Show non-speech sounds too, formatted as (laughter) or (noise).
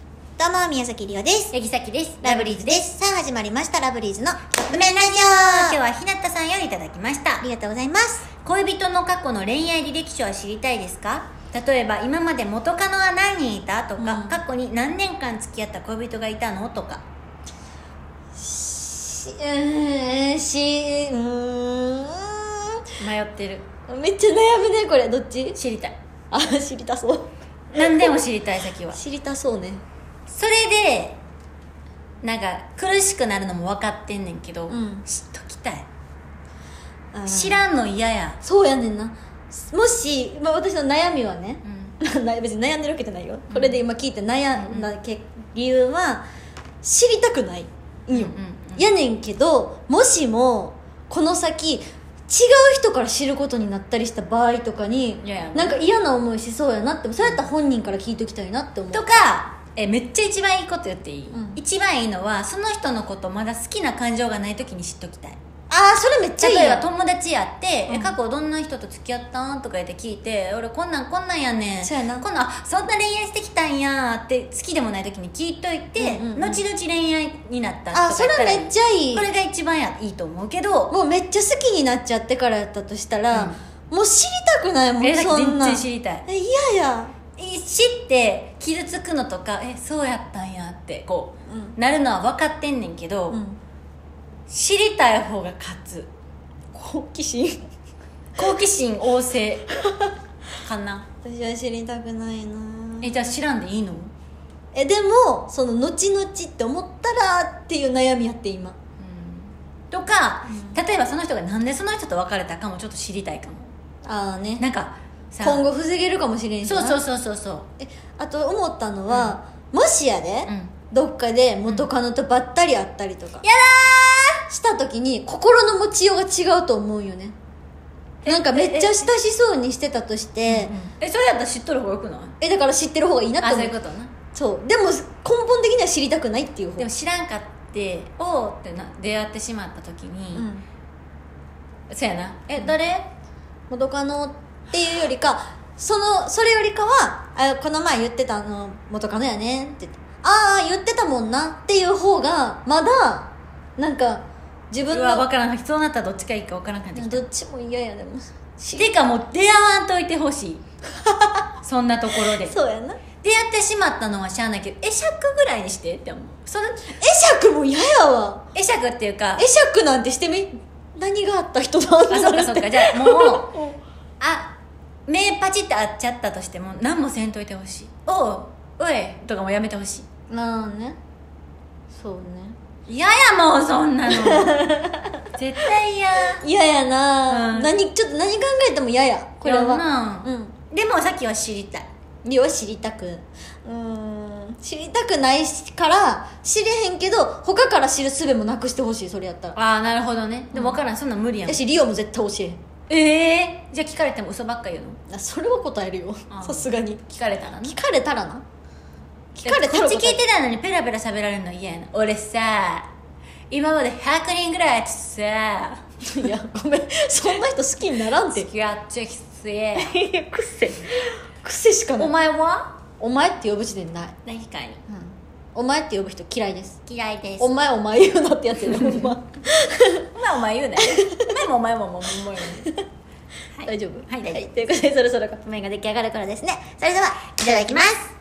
どうも、宮崎りおです。八木崎ですラブリーズです。さあ、始まりました、ラブリーズのカップ麺ラジ今オ日はひなたさんよりいただきましたありがとうございます。恋人の過去の恋愛履歴書は知りたいですか例えば今まで元カノは何人いたとか、うん過去に何年間付き合った恋人がいたのとかし、うーん、し、うー迷って (laughs) るん。めっちゃ悩むね、これ。どっち知りたいあ、知りたそう。何でも知りたい先は知りたそうね。それでなんか苦しくなるのも分かってんねんけど、うん知っときたい知知らん。らんの嫌や、そうやねんな。もし、まあ、私の悩みはね、うん、な別に悩んでるわけじゃないよ、これで今聞いて悩んだけ理由は知りたくないんよ、うんうんうんやねんけどもしもこの先違う人から知ることになったりした場合とかにいやいやなんか嫌な思いしそうやなってそうやったら本人から聞いときたいなって思うとかえめっちゃ一番いいこと言っていい、うん一番いいのはその人のことまだ好きな感情がない時に知っときたいああそれめっちゃいい例えばや友達やって、うんえ過去どんな人と付き合ったんとか言って聞いて俺こんなんこんなんやねんそうやなこんなんあそんな恋愛してきたんやって好きでもない時に聞いといて、うんうんうん後々恋愛になったとかあーそれやったらめっちゃいいこれが一番やいいと思うけどもうめっちゃ好きになっちゃってからやったとしたら、もう知りたくないもえんそん全な然知りたいえ嫌ややえ知って傷つくのとかえそうやったんやってこう、うんなるのは分かってんねんけど、うん知りたい方が勝つ好奇心好奇心旺 (laughs) 盛かな私は知りたくないなえじゃあ知らんでいいのえでもその後々って思ったらっていう悩みやって今とか、例えばその人がなんでその人と別れたかもちょっと知りたいかもああねなんかさ今後防げるかもしれんしそうなそうそうそうそうえあと思ったのは、もしやで、うんどっかで元カノとばったり会ったりとか、やした時に心の持ちようが違うと思うんよねなんかめっちゃ親しそうにしてたとしてだー、えそれやったら知っとる方がよくないえだから知ってる方がいいなってあそう思いううことなそうでも根本的には知りたくないっていう方でも知らんかっておーってな出会ってしまった時に、うんそうやなえ誰元カノっていうよりかそのそれよりかはあこの前言ってたあの元カノやねって言ってああ言ってたもんなっていう方がまだなんか自分うわの分からんそうなったらどっちがいいか分からんくなってきたどっちも嫌やでもてかもう出会わんといてほし (laughs) いそんなところでそうやな出会ってしまったのはしゃあないけど会釈ぐらいにしてって思うその会釈も嫌やわ会釈っていうか会釈なんてしてみ何があった人なんあだそろっかうそっっかてじゃあもううんあ目パチって合っちゃったとしても何もせんといてほしいおうおいとかもやめてほし (laughs) なあねそうねい嫌やもうそん (laughs) なの絶対嫌嫌やな、うん何ちょっと何考えても嫌やこれやんはなうんでもさっきは知りたいりは知りたくうーん知りたくないから知れへんけど他から知る術もなくしてほしいそれやったらああなるほどねでも分からんそんなん無理やんやしリオも絶対教えへんええじゃあ聞かれても嘘ばっか言うのあそれは答えるよあさすがに聞かれたらね聞かれたらな聞かれたこらっち答え聞いてたのにペラペラ喋られるの嫌やな俺さ今まで100人ぐらいやってさいやごめんそんな人好きにならんて付き合ってきていや癖癖しか (laughs) おない前はお前って呼ぶ時点ない、何かにお前って呼ぶ人嫌いです嫌いでお前お前言うなってやつやねほんまお前お前言うな (laughs) よお前もお前もお前もお前もはい大丈夫はい大丈夫ということでそろそろかお前が出来上がるからですねそれではいただきます